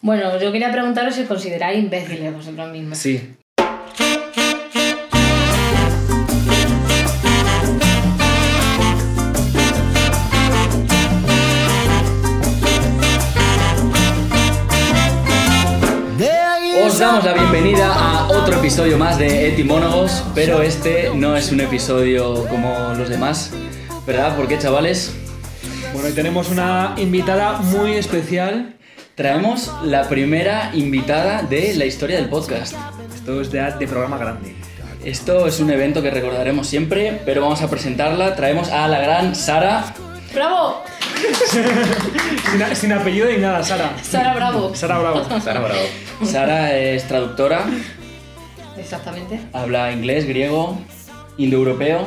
Bueno, yo quería preguntaros si os consideráis imbéciles vosotros mismos. Sí. Os damos la bienvenida a otro episodio más de Etimónogos, pero este no es un episodio como los demás, ¿verdad? Porque chavales, Bueno, y tenemos una invitada muy especial. traemos la primera invitada de la historia del podcast. Esto es de, de programa grande. Esto es un evento que recordaremos siempre, pero vamos a presentarla. Traemos a la gran Sara. ¡Bravo! Sin, sin apellido ni nada, Sara. Sara Bravo. Sara Bravo. Sara Bravo. Sara es traductora, Exactamente. habla inglés, griego, indoeuropeo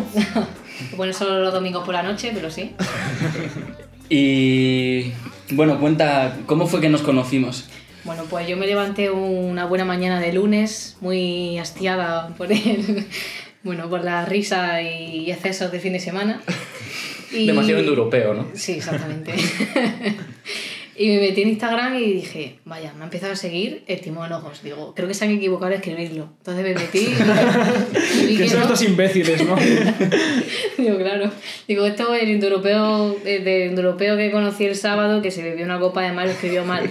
Bueno, solo los domingos por la noche, pero sí. y bueno, cuenta cómo fue que nos conocimos. Bueno, pues yo me levanté una buena mañana de lunes, muy hastiada por el, bueno, por la risa y excesos de fin de semana. Y- Demasiado indoeuropeo, ¿no? Sí, exactamente. y me metí en Instagram y dije, vaya, me ha empezado a seguir etimólogos. Digo, creo que se han equivocado al escribirlo. Entonces me metí y vi Que que son no. estos imbéciles, ¿no? Digo, claro. Digo, esto es el indoeuropeo, el de indoeuropeo que conocí el sábado, que se bebió una copa de mal y escribió mal.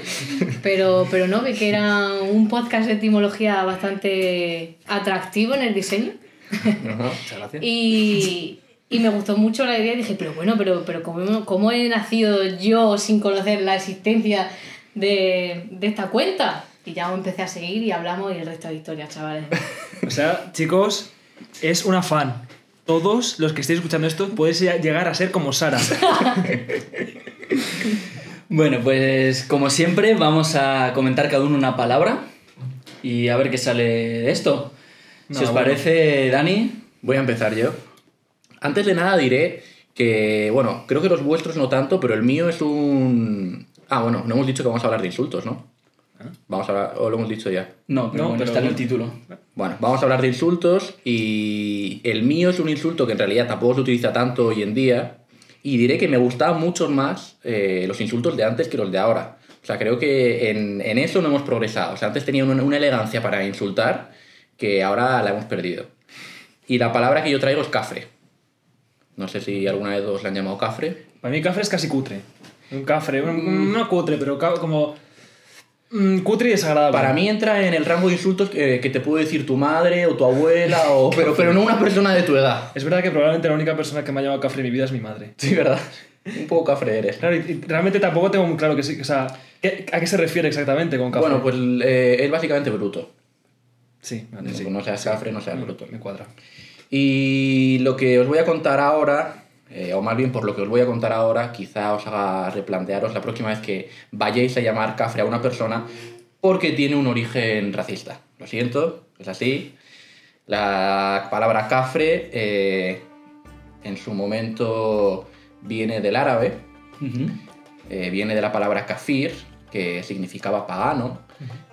Pero, pero no, vi que era un podcast de etimología bastante atractivo en el diseño. Ajá. Y, y me gustó mucho la idea y dije, pero bueno, pero, pero ¿cómo, cómo he nacido yo sin conocer la existencia de, de esta cuenta? Y ya empecé a seguir y hablamos y el resto de historias, chavales. O sea, chicos, es una fan. Todos los que estéis escuchando esto podéis llegar a ser como Sara. Bueno, pues como siempre vamos a comentar cada uno una palabra y a ver qué sale de esto. No, si os bueno. parece, Dani, Voy a empezar yo. Antes de nada diré que, bueno, creo que los vuestros no tanto, pero el mío es un... Ah, bueno, no hemos dicho que vamos a hablar de insultos, ¿no? Vamos a hablar, o lo hemos dicho ya. no, pero No, bueno, pero está en el bueno. título. Bueno, vamos a hablar de insultos y el mío es un insulto que en realidad tampoco se utiliza tanto hoy en día y diré que me gustaban mucho más eh, los insultos de antes que los de ahora. O sea, creo que en, en eso no hemos progresado. O sea, antes tenía una, una elegancia para insultar que ahora la hemos perdido. Y la palabra que yo traigo es cafre. No sé si alguna vez os la han llamado cafre. Para mí cafre es casi cutre. Un cafre, Mm. un- no cutre, pero ca- como... mm, Cutre y desagradable. Para mí entra en el rango de insultos que, que te puede decir tu madre o tu abuela, o, pero, pero no una persona de tu edad. Es verdad que probablemente la única persona que me ha llamado cafre en mi vida es mi madre. Sí, ¿verdad? Un poco cafre eres. Claro, y, y realmente tampoco tengo muy claro que sí, o sea, ¿qué- ¿a qué se refiere exactamente con cafre? Bueno, pues eh, es básicamente bruto. sí, vale, Ah, sí. Mm. No seas cafre, no seas bruto. Me cuadra. Y lo que os voy a contar ahora, eh, o más bien por lo que os voy a contar ahora, quizá os haga replantearos la próxima vez que vayáis a llamar cafre a una persona porque tiene un origen racista. Lo siento, es así. La palabra cafre eh, en su momento viene del árabe, Ujú. eh, viene de la palabra kafir, que significaba pagano,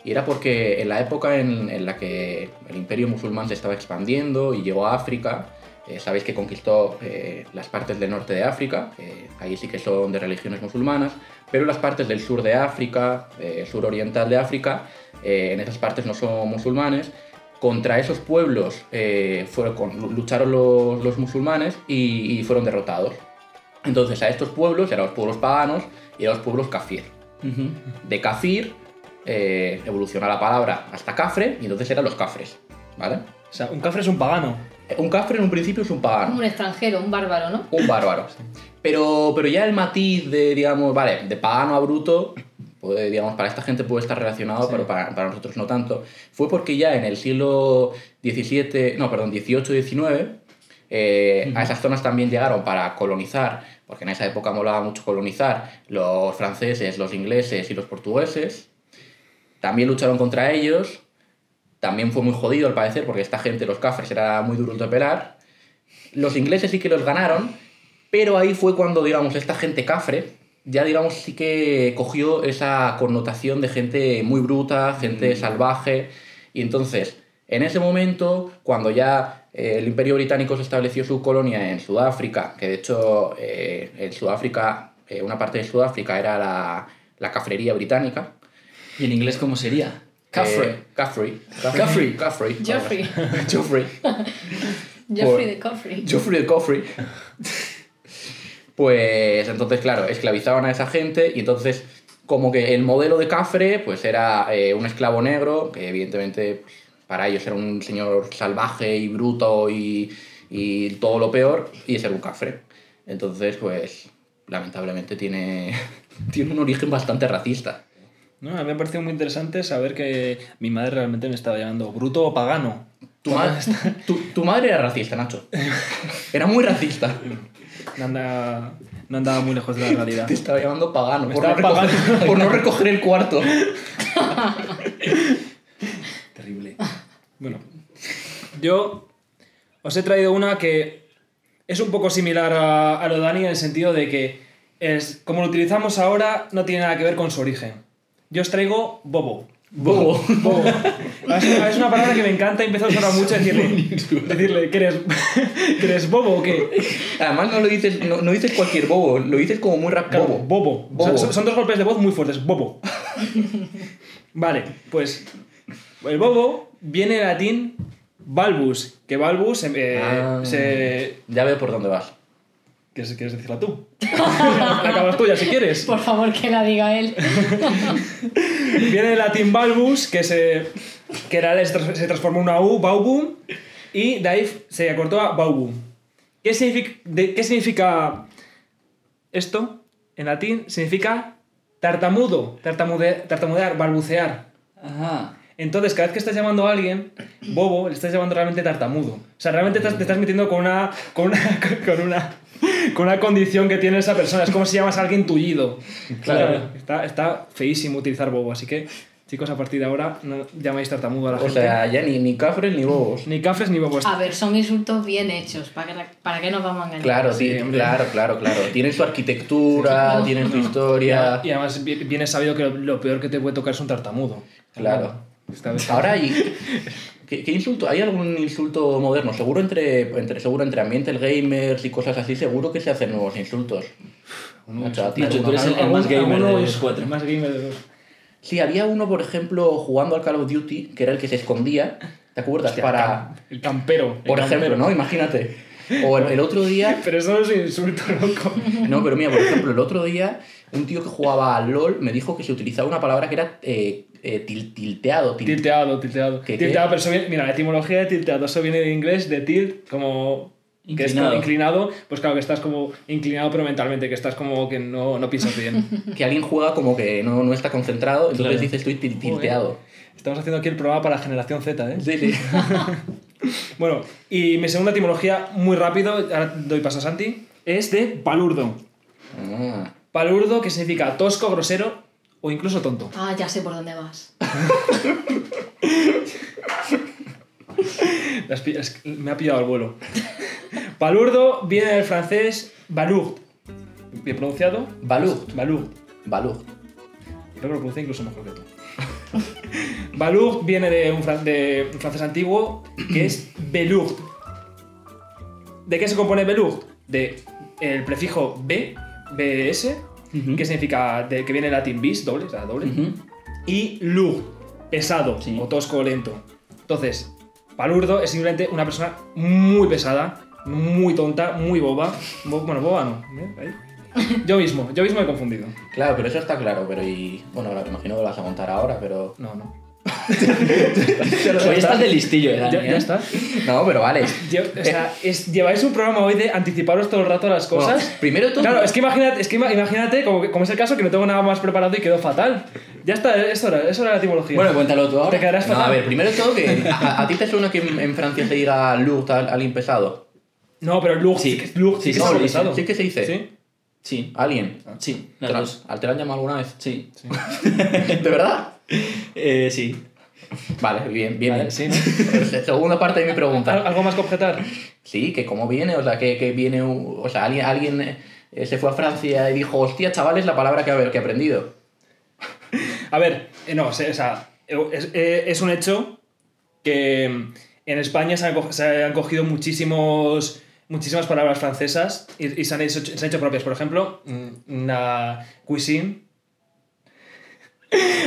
y era porque en la época en, en la que el imperio musulmán se estaba expandiendo y llegó a África, eh, sabéis que conquistó eh, las partes del norte de África, eh, ahí sí que son de religiones musulmanas, pero las partes del sur de África, eh, sur oriental de África, eh, en esas partes no son musulmanes, contra esos pueblos eh, fueron con- lucharon los, los musulmanes y- y fueron derrotados. Entonces a estos pueblos, eran los pueblos paganos y eran los pueblos kafir. Ujú. De kafir eh, evolucionó la palabra hasta cafre y entonces eran los cafres, ¿vale? O sea, un cafre es un pagano. Eh, Un cafre en un principio es un Como pagano, un extranjero, un bárbaro, ¿no? un bárbaro. Pero, pero ya el matiz de, digamos, vale, de pagano a bruto, puede, digamos, para esta gente puede estar relacionado, pero para, para nosotros no tanto, fue porque ya en el siglo XVII, no, perdón, XVIII-XIX, eh, A esas zonas también llegaron para colonizar, porque en esa época molaba mucho colonizar, los franceses, los ingleses y los portugueses. También lucharon contra ellos. También fue muy jodido al parecer, porque esta gente, los cafres, era muy duro de pelar. Los ingleses sí que los ganaron, pero ahí fue cuando, digamos, esta gente cafre, ya digamos, sí que cogió esa connotación de gente muy bruta, gente salvaje. Y entonces, en ese momento, cuando ya eh, el Imperio Británico se estableció su colonia en Sudáfrica, que de hecho eh, en Sudáfrica, eh, una parte de Sudáfrica era la, la cafrería británica, ¿Y en inglés cómo sería? Eh, Caffrey. Caffrey. Caffrey. Caffrey. Joffrey. Joffrey. Jeffrey Por- de Coffrey. Joffrey el Coffrey. Pues entonces, claro, esclavizaban a esa gente y entonces como que el modelo de Cafre pues era eh, un esclavo negro, que evidentemente pues, para ellos era un señor salvaje y bruto y, y todo lo peor, y ese era un Cafre. Entonces, pues lamentablemente tiene, tiene un origen bastante racista. No, a mí me ha parecido muy interesante saber que mi madre realmente me estaba llamando bruto o pagano. Tu, ma- tu, tu madre era racista, Nacho. Era muy racista. No andaba, no andaba muy lejos de la realidad. Te estaba llamando pagano. Me por, estaba no recoger- pagando. por no recoger el cuarto. Terrible. Bueno, yo os he traído una que es un poco similar a, a lo de Dani en el sentido de que es, como lo utilizamos ahora no tiene nada que ver con su origen. Yo os traigo bobo. Bobo. Bobo. Es una, es una palabra que me encanta y empiezo a usarla mucho y decirle, decirle que, eres, que eres bobo o qué. Además no lo dices, no, no dices cualquier bobo, lo dices como muy rap Claro, bobo. bobo. O sea, Bobo. son, son dos golpes de voz muy fuertes. Bobo. vale, pues el bobo viene del latín valbus, que valbus eh, Ah. se, Ya veo por dónde vas. ¿Quieres, quieres decirla tú? la acabas tú ya si quieres. Por favor, que la diga él. Viene del latín valbus, que se, que era, se tras- se transformó en una U, baubum, y de ahí se acortó a baubum. ¿Qué significa, de- ¿Qué significa esto? En latín significa tartamudo, tartamude- tartamudear, balbucear. Ajá. Entonces, cada vez que estás llamando a alguien, bobo, le estás llamando realmente tartamudo. O sea, realmente estás- te estás metiendo con una, con una, con una, con una condición que tiene esa persona. Es como si llamas a alguien tullido. Claro. Está, está feísimo utilizar bobo, así que, chicos, a partir de ahora no llamáis tartamudo a la O gente. sea, ya ni, ni cafres ni bobos. Ni cafres ni bobos. A ver, son insultos bien hechos. ¿Para qué, para qué nos vamos a engañar? Claro, Sí, sí, hombre. claro, claro, claro. Tienen su arquitectura, tienen su Y historia. además- y además vi- viene sabido que lo, lo peor que te puede tocar es un tartamudo. Claro. Esta vez- Ahora hay. ¿Qué, qué insulto? ¿Hay algún insulto moderno? Seguro entre, entre, seguro entre ambientes gamers y cosas así, seguro que se hacen nuevos insultos. Nacho, a ti Nacho, tú alguno- eres el- el más gamer Alguno de los es- cuatro. el más gamer de los Sí, había uno, por ejemplo, jugando al Call of Duty, que era el que se escondía, ¿te acuerdas? Para, El campero. el por campero. ejemplo, ¿no? Imagínate. O el, el otro día... Pero eso no es un insulto, loco. No, pero mira, por ejemplo, el otro día un tío que jugaba al LOL me dijo que se utilizaba una palabra que era eh, eh, til- tilteado. til- Tilteado, tilteado. ¿Qué, qué? tilteado, pero eso viene. Mira, la etimología de tilteado, eso viene de inglés, de tilt, como. Que es Inclinado. como inclinado, pues claro que estás como inclinado, pero mentalmente, que estás como que no, no piensas bien. Que alguien juega como que no, no está concentrado, entonces Claro. dice estoy til- tilteado. Estamos haciendo aquí el programa para la generación Z, ¿eh? Sí, sí. Bueno, y mi segunda etimología, muy rápido, ahora doy paso a Santi, es de palurdo. Ah. Palurdo, que significa tosco, grosero o incluso tonto. Ah, ya sé por dónde vas. Las pi- es que me ha pillado al vuelo. Palurdo viene del francés balurd. Bien pronunciado. Balucht. Balurd. Balucht. Creo que lo pronuncia incluso mejor que tú. Balurd viene de un, fran- de un francés antiguo que es belurd. ¿De qué se compone belurd? De el prefijo B, BS, que significa de- que viene del latín bis, doble, o sea, doble, Ujú. y lurd, pesado Sí. o tosco o lento. Entonces, palurdo es simplemente una persona muy pesada, muy tonta, muy boba. Bo- bueno, boba no. ¿eh? Ahí. Yo mismo, yo mismo me he confundido. Claro, pero eso está claro, pero y... Bueno, ahora me imagino que lo vas a contar ahora, pero... No, no. Hoy estás de listillo, eh, Dani, Ya- eh. ya está. No, pero vale. Lle- o sea, es- lleváis un programa hoy de anticiparos todo el rato las cosas. Bueno, primero tú- Claro, es que imagínate, es que ima- imagínate como, que- como es el caso, que no tengo nada más preparado y quedó fatal. Ya está, eso era, eso era la etimología. Bueno, cuéntalo tú ahora. Te quedarás No, fatal. a ver, primero de todo que... ¿A, a ti te suena que en, en Francia se diga Lucht al, alguien pesado? No, pero Lug Sí. sí, que- Lug Sí, sí, que es no, algo sí, pesado. sí que se dice. Sí. Sí. ¿Alguien? Sí, ¿Te las la- dos. ¿Te la han llamado alguna vez? Sí. ¿De verdad? Eh, sí. Vale, bien, bien. Vale, bien. sí. Segunda parte de mi Al- pregunta. ¿Algo más que objetar? Sí, que cómo viene, o sea, que, que viene, un- o sea, alguien, alguien eh, eh, se fue a Francia y dijo, hostia, chavales, la palabra que, que he aprendido. A ver, eh, no, se- o sea, eh, es, eh, es un hecho que mm, en España se han, co- se han cogido muchísimos, muchísimas palabras francesas y, y se, han hecho, se han hecho propias. Por ejemplo, mm, una cuisine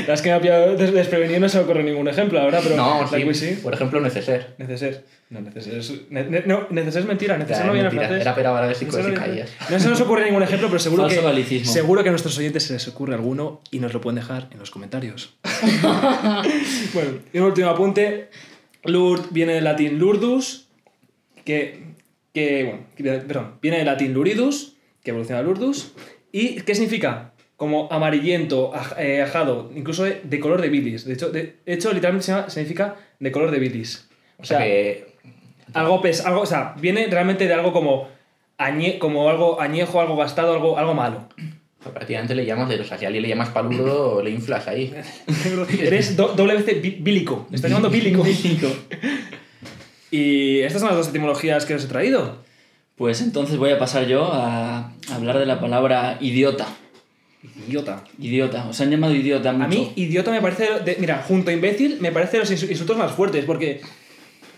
Las que me ha pillado des- desprevenido no se me ocurre ningún ejemplo ahora, pero No, la sí, quiz sí. Por ejemplo, neceser. Neceser. No, neceser es, ne- ne- no, neceser es mentira, neceser Ya, no viene en mentira, francés. era pero ahora de Neceser cinco no de viene- cinco No se nos ocurre ningún ejemplo, pero seguro Falso que, galicismo. seguro que a nuestros oyentes se les ocurre alguno y nos lo pueden dejar en los comentarios. bueno, y un último apunte. Lourd viene del latín lurdus, que, que bueno, que- perdón, viene del latín luridus, que evoluciona a lurdus. ¿Y qué significa? Como amarillento, aj- eh, ajado, incluso de, de color de bilis. De hecho, de, de hecho literalmente se llama- significa de color de bilis. O sea que. Algo pes, algo, o sea, viene realmente de algo como, añe, como algo añejo, algo gastado, algo, algo malo. Prácticamente le llamas de los y le llamas paluro, le inflas ahí. Eres do- doble vez bí- bílico. Me estás llamando bílico. y estas son las dos etimologías que os he traído. Pues entonces voy a pasar yo a hablar de la palabra idiota. Idiota. Idiota. Os han llamado idiota mucho. A mí, idiota me parece. de- mira, junto a imbécil, me parece los insu- insultos más fuertes, porque.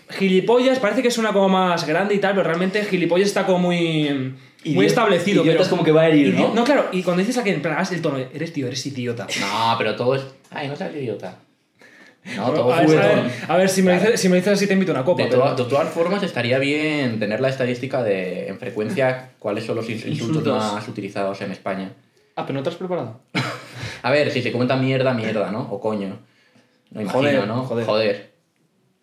Gilipollas parece que suena como más grande y tal, pero realmente gilipollas está como muy. Muy Idiota- establecido. idiota pero- es como que va a herir, ¿no? No, claro, y cuando dices a alguien, en plan, hagas el tono, de, eres tío, eres idiota. No, pero todo es. Ay, no seas idiota. No, Bueno, todo a, es ver, a ver, juguetón. a ver, si, me lo dices, si me lo dices así te invito a una copa. De, pero- toda- de todas formas, estaría bien tener la estadística de, en frecuencia, cuáles son los insultos, Insultos. más utilizados en España. Ah, pero no te has preparado. A ver, si se cuenta mierda, mierda, ¿no? O coño. No imagino, Joder, ¿no? joder.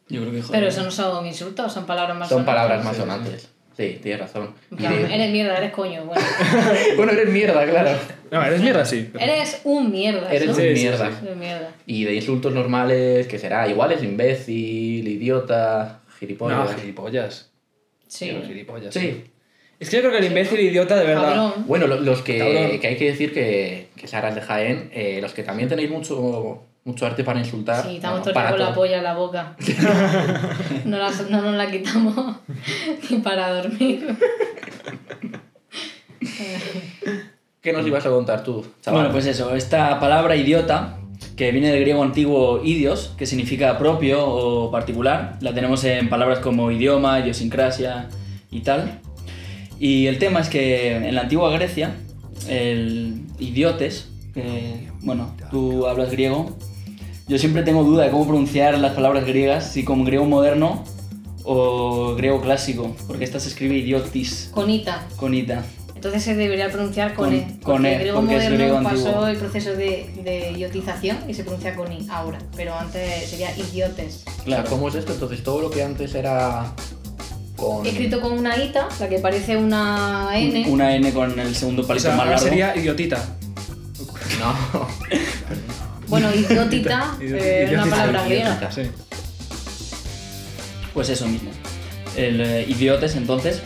Yo creo que joder. Pero eso no son insultos, son palabras más Son sonadas. palabras más sonantes. Sí, tienes razón. En Y plan, de- Eres mierda, eres coño. Bueno, Bueno, eres mierda, claro. No, eres mierda, sí. eres un mierda. Eres ¿no? un Sí, sí, mierda. Eres un mierda. Y de insultos normales, que será igual es imbécil, idiota, No, gilipollas. gilipollas. Sí. Gilipollas. sí. Es que yo creo que el imbécil idiota, de verdad. Cabrón. Bueno, lo- los que, Cabrón. que hay que decir que, que Sara es de Jaén, eh, los que también tenéis mucho, mucho arte para insultar. Sí, estamos bueno, todo el para día con la todo. polla en la boca. No, la- no nos la quitamos ni para dormir. ¿Qué nos ibas a contar tú, chaval? Bueno, pues eso, esta palabra idiota, que viene del griego antiguo idios, que significa propio o particular, la tenemos en palabras como idioma, idiosincrasia y tal. Y el tema es que en la antigua Grecia, el idiotes, que, bueno, tú hablas griego, yo siempre tengo duda de cómo pronunciar las palabras griegas, si como griego moderno o griego clásico, porque esta se escribe idiotis, Conita. con ita. Entonces se debería pronunciar con, Con- E. con porque E, el griego porque es moderno griego pasó antiguo. el proceso de, de idiotización y se pronuncia con I ahora. Pero antes sería idiotes. O sea, ¿cómo es esto? Entonces, todo lo que antes era con... Escrito con una ita, la que parece una N. Una N con el segundo O palito sea, más ahora largo. sería idiotita. No. Bueno, idiotita, Idioti- eh, una idiotita, palabra griega. idiotita. Sí. Pues eso mismo. El eh, idiotes entonces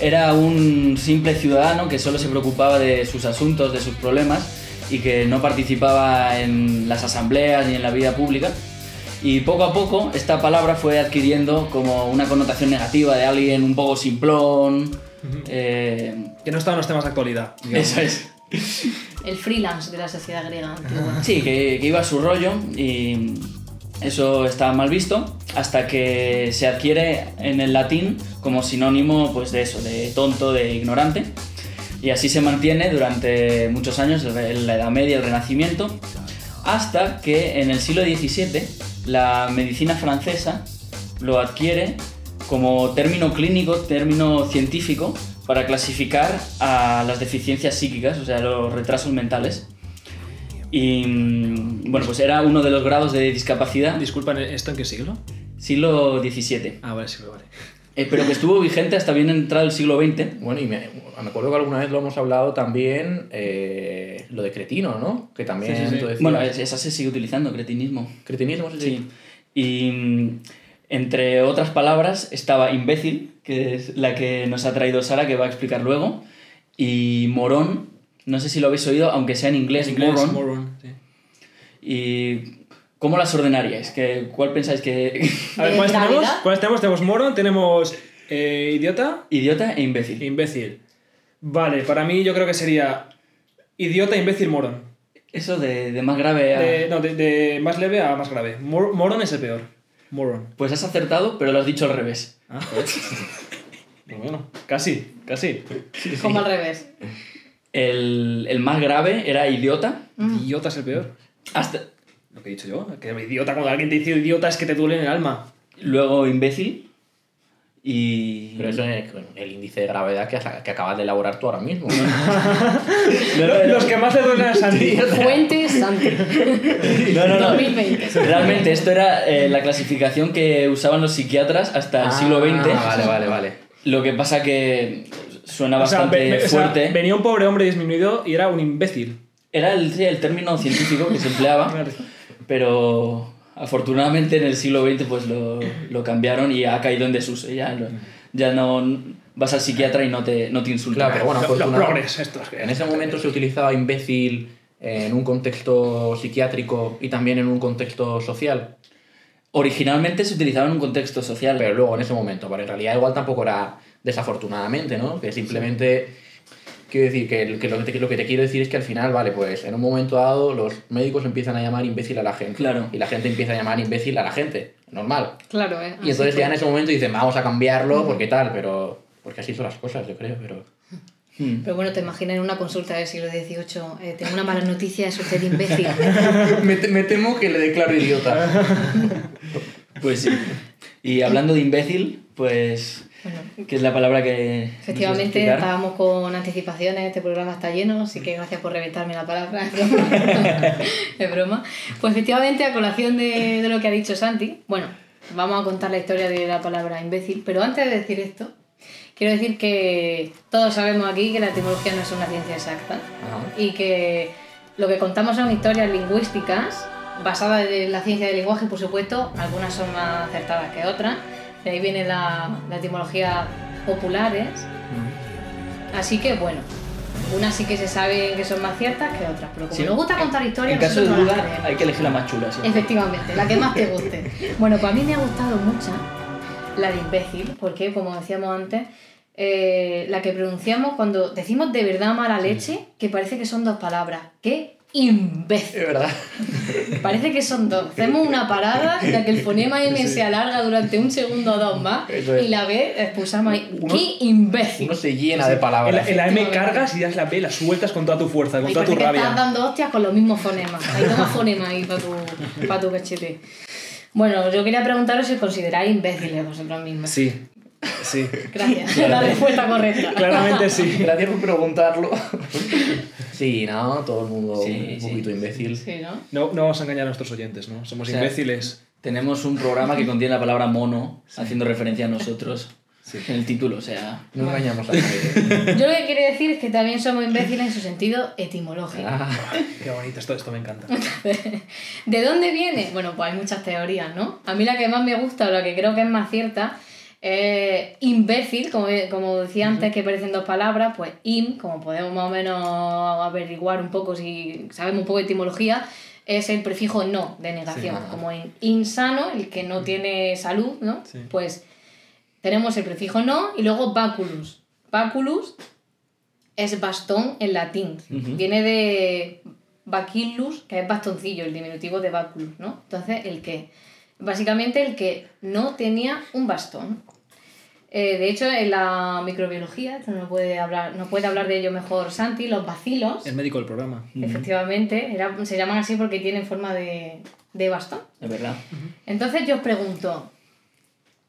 era un simple ciudadano que solo se preocupaba de sus asuntos, de sus problemas y que no participaba en las asambleas ni en la vida pública. Y poco a poco esta palabra fue adquiriendo como una connotación negativa de alguien un poco simplón. eh, Que no están los temas de actualidad. digamos. eso es. El freelance de la sociedad griega antigua. Sí, que, que iba a su rollo y eso estaba mal visto hasta que se adquiere en el latín como sinónimo pues de eso, de tonto, de ignorante. Y así se mantiene durante muchos años, el re- la Edad Media, el Renacimiento, hasta que en el siglo XVII la medicina francesa lo adquiere como término clínico, término científico, para clasificar a las deficiencias psíquicas, o sea, los retrasos mentales. Y mm, bueno, pues era uno de los grados de discapacidad, Disculpa, ¿esto en qué siglo? siglo XVII, Ah, vale, siglo, vale. Eh, pero que estuvo vigente hasta bien entrado el siglo XX. Bueno, y me, me acuerdo que alguna vez lo hemos hablado también, eh, lo de cretino, ¿no? Que también... Sí, sí, sí. tú decías- Bueno, es- esa se sigue utilizando, cretinismo. Cretinismo, sí, sí. Sí. Y mm, entre otras palabras estaba imbécil, que es la que nos ha traído Sara, que va a explicar luego, y morón, no sé si lo habéis oído, aunque sea en inglés, moron. moron, sí. ¿Y cómo las ordenaríais? ¿Qué, ¿Cuál pensáis que... A ver, ¿De ¿cuáles Navidad? tenemos? ¿Cuáles tenemos? Tenemos moron, tenemos eh, idiota Idiota e e imbécil. imbécil. Vale, para mí yo creo que sería idiota, imbécil, moron. Eso de, de más grave a... De- no, de, de más leve a más grave. Mor- moron es el peor. Moron. Pues has acertado, pero lo has dicho al revés. Ah, joder. Pero Pues bueno, casi, casi. Como al revés. El, el más grave era idiota Mm. Idiota es el peor. Hasta, Lo que he dicho yo, que idiota, cuando alguien te dice idiota es que te duele en el alma. luego imbécil y... Pero eso es bueno, el índice de gravedad que, has- que acabas de elaborar tú ahora mismo. Luego Los, era- los que más te duelen a Santi. Fuentes Santi. No, no, no. 2020. Realmente esto era eh, la clasificación que usaban los psiquiatras hasta el siglo XX. Ah, vale, vale, vale. Lo que pasa que suena O sea, bastante ve- ve- o sea, fuerte. venía un pobre hombre disminuido y era un imbécil. Era el, sí, el término científico que se empleaba, pero afortunadamente en el siglo XX pues lo, lo cambiaron y ha caído en desuso. Ya, lo- ya no vas al psiquiatra y no te, no te insultan. Claro, pero bueno, Los- los afortunadamente- progres estos. que- En ese momento se utilizaba imbécil en un contexto psiquiátrico y también en un contexto social. Originalmente se utilizaba en un contexto social. Pero luego en ese momento, pero en realidad igual tampoco era desafortunadamente, ¿no? Que simplemente, quiero decir, que, el- que lo, que te, lo que te quiero decir es que al final, vale, pues en un momento dado los médicos empiezan a llamar imbécil a la gente. Claro. Y la gente empieza a llamar imbécil a la gente, normal. Claro, ¿eh? Y entonces ya en ese momento dicen, vamos a cambiarlo porque tal, pero... Porque así son las cosas, yo creo, pero... Hmm. Pero bueno, te imaginas en una consulta del siglo XVIII, eh, tengo una mala noticia, es usted imbécil. me, te- me temo que le declaro idiota. Pues sí. Y hablando de imbécil, pues... Bueno, que es la palabra que... nos efectivamente ibas a explicar. estábamos con anticipaciones, este programa está lleno, así que gracias por reventarme la palabra, es broma. es broma. Pues efectivamente, a colación de, de lo que ha dicho Santi, bueno, vamos a contar la historia de la palabra imbécil, pero antes de decir esto, quiero decir que todos sabemos aquí que la etimología no es una ciencia exacta. Ajá. y que lo que contamos son historias lingüísticas basadas en la ciencia del lenguaje, por supuesto, algunas son más acertadas que otras, de ahí viene la, la etimología populares, así que bueno, unas sí que se saben que son más ciertas que otras, pero como Sí. nos gusta contar historias, En caso de nosotros no las duda, creemos. hay que elegir la más chula. sí. Efectivamente, la que más te guste. Bueno, pues a mí me ha gustado mucho la de imbécil, porque como decíamos antes, eh, la que pronunciamos cuando decimos de verdad mala leche, que parece que son dos palabras. ¡Qué imbécil! Es verdad. Parece que son dos. Hacemos una parada en la que el fonema M se alarga durante un segundo o dos más Eso es. y la B expulsamos ahí. Uno- ¡Qué imbécil! Uno se llena de En palabras. la, en la M cargas y das la B, la sueltas con toda tu fuerza, con Ahí toda tu parece que estás rabia. dando hostias con los mismos fonemas. Ahí toma fonema ahí para tu, pa' tu cachete. Bueno, yo quería preguntaros si os consideráis imbéciles vosotros mismos. Sí, sí. Gracias. La respuesta correcta. Claramente sí. Gracias por preguntarlo. Sí, no, todo el mundo Sí, un sí. poquito imbécil. Sí, ¿no? No, no vamos a engañar a nuestros oyentes, ¿no? Somos O sea, imbéciles. Tenemos un programa que contiene la palabra mono, haciendo referencia a nosotros Sí. en el título, o sea. No engañamos a nadie. Yo lo que quiero decir es que también somos imbéciles en su sentido etimológico. Ah, Qué bonito, esto, esto me encanta. ¿De dónde viene? Bueno, pues hay muchas teorías, ¿no? A mí la que más me gusta o la que creo que es más cierta es imbécil, como, como decía antes, que parecen dos palabras, pues im, como podemos más o menos averiguar un poco si sabemos un poco de etimología, es el prefijo no, de negación. ajá. como en insano, el que no tiene salud, ¿no? Sí. Pues tenemos el prefijo no y luego baculus. Baculus es bastón en latín. Ujú. Viene de bacillus, que es bastoncillo, el diminutivo de baculus, ¿no? Entonces, el que, básicamente el que no tenía un bastón. Eh, de hecho, en la microbiología, esto no puede hablar, no puede hablar de ello mejor Santi, los bacilos, El médico del programa. efectivamente, era- se llaman así porque tienen forma de, de bastón. Es verdad. Entonces yo os pregunto,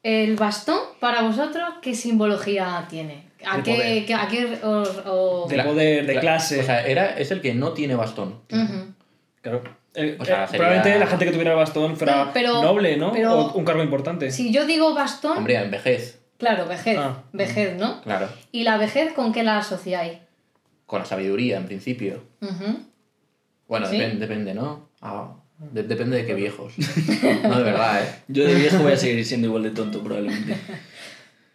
¿el bastón para vosotros qué simbología tiene? ¿A De qué, poder. qué- a qué os... o- De poder, de cla- clase. O sea, era, es el que no tiene bastón. Ujú. Claro. Eh, O sea, eh, sería- Probablemente la gente que tuviera el bastón fuera No, pero- noble, ¿no? pero- o un cargo importante. Si yo digo bastón, Hombre, envejez, claro, vejez, Ah. vejez, ¿no? claro. ¿Y la vejez con qué la asociáis? Con la sabiduría, en principio. Ujú. Bueno, ¿Sí? depen- depende, ¿no? Ah, de- depende de qué viejos. No, de verdad, ¿eh? Yo de viejo voy a seguir siendo igual de tonto, probablemente.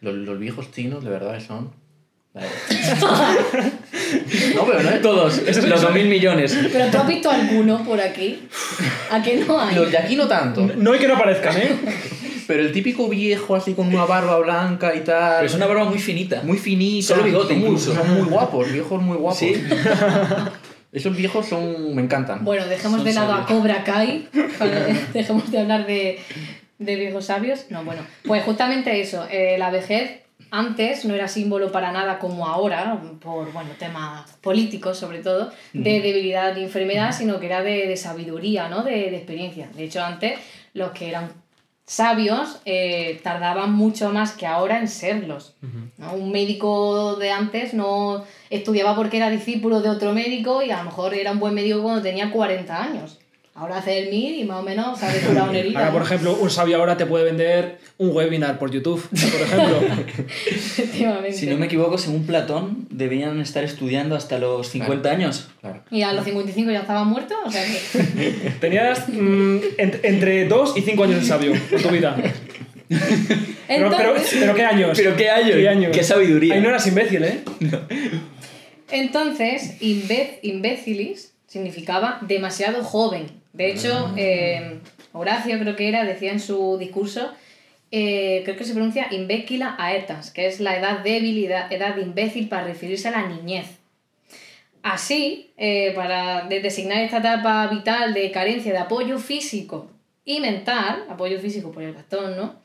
Los, los viejos chinos, de verdad, que son... Vale. No, pero no es Todos, los 2.000 millones. ¿Pero tú has visto alguno por aquí? ¿A que no hay? Los de aquí no tanto. No hay que no aparezcan, ¿eh? Pero el típico viejo así con una barba blanca y tal. Pero es una barba muy finita. muy finita. Solo bigote son muy, incluso. Son muy guapos, viejos muy guapos. Sí. Esos viejos son. me encantan. Bueno, dejemos Son de lado a sabios. Cobra Kai, para- dejemos de hablar de, de viejos sabios. No, bueno, pues justamente eso, eh, la vejez antes no era símbolo para nada como ahora, por bueno, temas políticos sobre todo, de debilidad y enfermedad, sino que era de, de sabiduría, ¿no? de, de experiencia. De hecho, antes los que eran sabios eh, tardaban mucho más que ahora en serlos. ¿no? Un médico de antes no estudiaba porque era discípulo de otro médico y a lo mejor era un buen médico cuando tenía 40 años. Ahora hace el MIR y más o menos sabe curar una herida. Ahora, por ¿no? ejemplo, un sabio ahora te puede vender un webinar por YouTube, por ejemplo. Efectivamente. Si no me equivoco, según Platón, debían estar estudiando hasta los 50 años. Claro. Y a los 55 ya estaba muerto, o sea que... Tenías mm, ent- entre 2 y 5 años de sabio en tu vida. Pero, pero, Entonces, pero ¿qué años? Pero qué años, ¿Qué qué sabiduría. Ahí no eras imbécil, ¿eh? entonces imbe- imbécilis significaba demasiado joven. De hecho, eh, Horacio creo que era, decía en su discurso, eh, creo que se pronuncia imbécila aetas, que es la edad débil y da- edad imbécil para referirse a la niñez. Así, eh, para de- designar esta etapa vital de carencia de apoyo físico y mental, apoyo físico por el bastón, ¿no?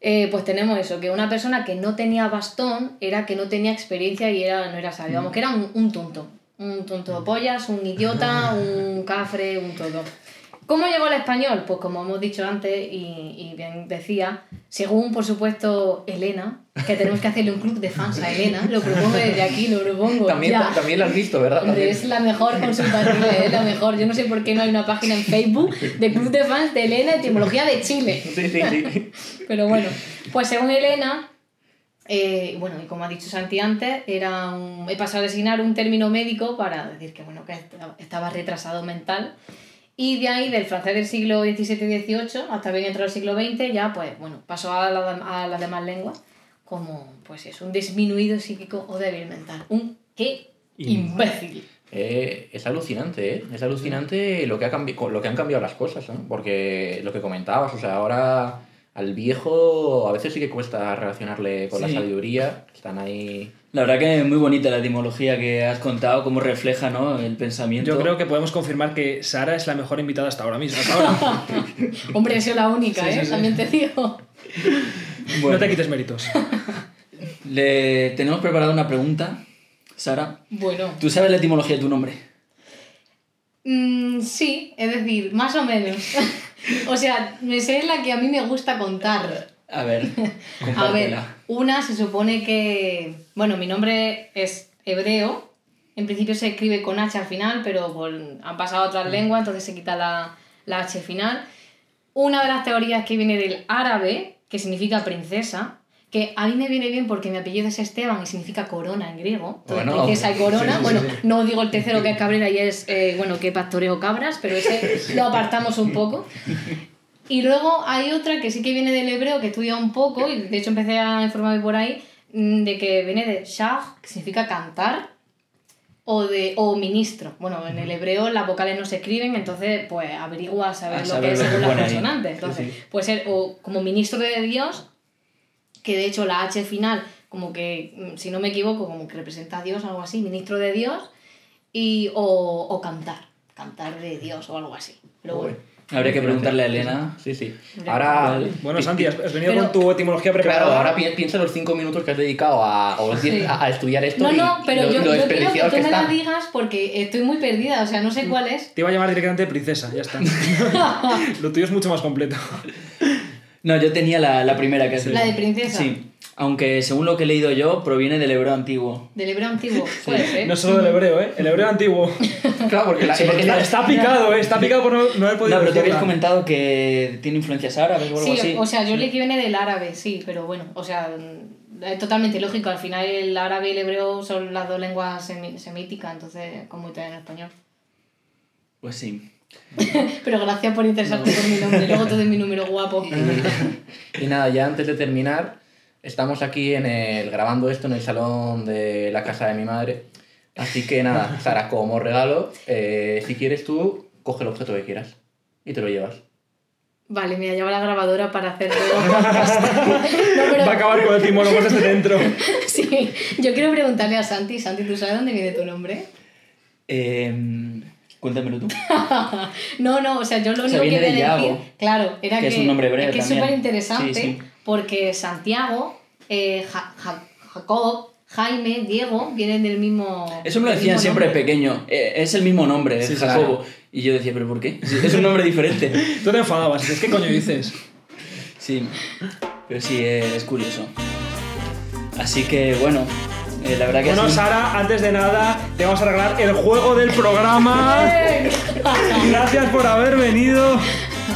Eh, pues tenemos eso, que una persona que no tenía bastón era que no tenía experiencia y era, no era sabio. Vamos, que era un, un tonto. Un tonto pollas, un idiota, un cafre, un todo. ¿Cómo llegó el español? Pues como hemos dicho antes y, y bien decía, según por supuesto Elena, que tenemos que hacerle un club de fans a Elena, lo propongo desde aquí, lo propongo. También, ya. también lo has visto, ¿verdad? Hombre, También. es la mejor consultante, es la mejor. Yo no sé por qué no hay una página en Facebook de Club de Fans de Elena Etimología de Chile. Sí, sí, sí. Pero bueno, pues según Elena, eh, bueno, y como ha dicho Santi antes, era un- he pasado a designar un término médico para decir que, bueno, que est- estaba retrasado mental. Y de ahí, del francés del siglo XVII y XVIII hasta bien entrado el siglo XX, ya pues, bueno, pasó a, la- a las demás lenguas como, pues es un disminuido psíquico o débil mental. Un qué imbécil. Eh, es alucinante, ¿eh? Es alucinante lo que, ha cambi- con lo que han cambiado las cosas, ¿no? Porque lo que comentabas, o sea, ahora al viejo a veces sí que cuesta relacionarle con Sí. la sabiduría. Están ahí... La verdad que es muy bonita la etimología que has contado, cómo refleja ¿no? el pensamiento. Yo creo que podemos confirmar que Sara es la mejor invitada hasta ahora mismo. Hasta ahora. Hombre, he sido la única, Sí, ¿eh? sí, sí. También te digo. Bueno, No te quites méritos. le tenemos preparada una pregunta, Sara. Bueno. ¿Tú sabes la etimología de tu nombre? Mm, sí, es decir, más o menos. o sea, me sé la que a mí me gusta contar. A ver, A ver, compártela. una se supone que. Bueno, mi nombre es hebreo. En principio se escribe con H al final, pero por- han pasado a Mm. otras lenguas, entonces se quita la, la H final. Una de las teorías que viene del árabe, que significa princesa, que a mí me viene bien porque mi apellido es Esteban y significa corona en griego. Entonces, Bueno, princesa y corona. sí, sí, sí, bueno, sí. no digo el tercero que es Cabrera y es, eh, bueno, que pastoreo cabras, pero ese lo apartamos un poco. Y luego hay otra que sí que viene del hebreo, que estudia un poco, y de hecho empecé a informarme por ahí, mm, de que viene de shah, que significa cantar, o de o ministro. Bueno, en el hebreo las vocales no se escriben, entonces pues averigua a saber lo A Ah, saber que es lo que según las pone ahí. consonantes. Sí, Entonces, sí. puede ser o como ministro de Dios, que de hecho la H final, como que, mm, si no me equivoco, como que representa a Dios, algo así, ministro de Dios, y, o, o cantar, cantar de Dios o algo así. Pero bueno. Habría que preguntarle a Elena. Sí, sí. Hombre. Ahora... Bueno, pi- Santi, has has venido Pero- con tu etimología preparada. Claro, ahora pi- piensa los cinco minutos que has dedicado a, o los diez Sí. a, a estudiar esto No, y no, pero lo, yo, lo yo quiero que desperdiciados tú que me la están. digas porque estoy muy perdida, o sea, no sé cuál es. Te iba a llamar directamente princesa, ya está. Lo tuyo es mucho más completo. No, yo tenía la, la primera que has La de dicho. princesa. Sí, aunque según lo que he leído yo, proviene del hebreo antiguo. Del hebreo antiguo, puede ser. No solo del hebreo, ¿eh? El hebreo antiguo. Claro, porque la, el- el- Está, está picado, ¿eh? Está picado por no, no haber podido No, pero te habías decirla. comentado que tiene influencias árabes o algo Sí, así. o sea, yo leí que viene del árabe, sí, pero bueno, o sea, mm, es totalmente lógico. Al final el árabe y el hebreo son las dos lenguas semi- semíticas, entonces, como italiano en español. Pues sí. Pero gracias por interesarte por mi nombre, luego todo es mi número guapo. Y nada, ya antes de terminar, estamos aquí en el, grabando esto en el salón de la casa de mi madre. Así que nada, Sara, como regalo, eh, si quieres tú, coge el objeto que quieras y te lo llevas. Vale, mira, llevo la grabadora para hacer todo. no, pero Va a acabar con el etimólogo desde dentro. sí, yo quiero preguntarle a Santi, Santi, ¿tú sabes dónde viene tu nombre? Eh, cuéntamelo tú. No, no, o sea, yo lo O sea, único que viene voy de a decir, Yago, claro, era que, que es un nombre hebreo es que es también. súper interesante Sí, sí. porque Santiago eh, Ja- Ja- Jacob, Jaime, Diego, vienen del mismo. Eso me lo del decían mismo siempre nombre. pequeño. eh, es el mismo nombre, es Sí, sí, Jacobo. claro. Y yo decía, ¿pero por qué? Sí, Es un nombre diferente. Tú te enfadabas, es que coño dices. Sí, pero sí, eh, es curioso. Así que bueno, eh, la verdad que Bueno, es un- Sara, antes de nada, te vamos a regalar el juego del programa. Gracias por haber venido.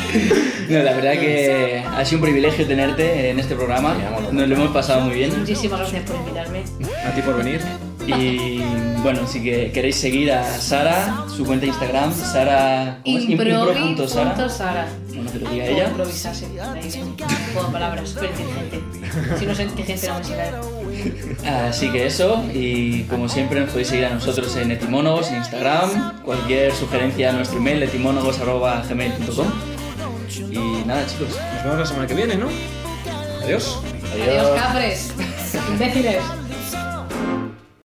no, la verdad que ha sido un privilegio tenerte en este programa. Sí, vámonos. Nos lo hemos pasado muy bien. Muchísimas gracias por invitarme. A ti por venir. Y bueno, si que queréis seguir a Sara, su cuenta de Instagram, Sara. ¿cómo es? Im- impro.sara. Sara. Bueno, que lo diga Ella ella. improvisase. Juego de palabras, súper inteligente. Si no sé qué gente ¿eh? vamos a dar. Así que eso, y como siempre nos podéis seguir a nosotros en Etimónogos, en Instagram, cualquier sugerencia a nuestro email, etimónogos.gmail.com. Y nada chicos, Nos vemos la semana que viene, ¿no? Adiós. Adiós, Capres. Imbéciles.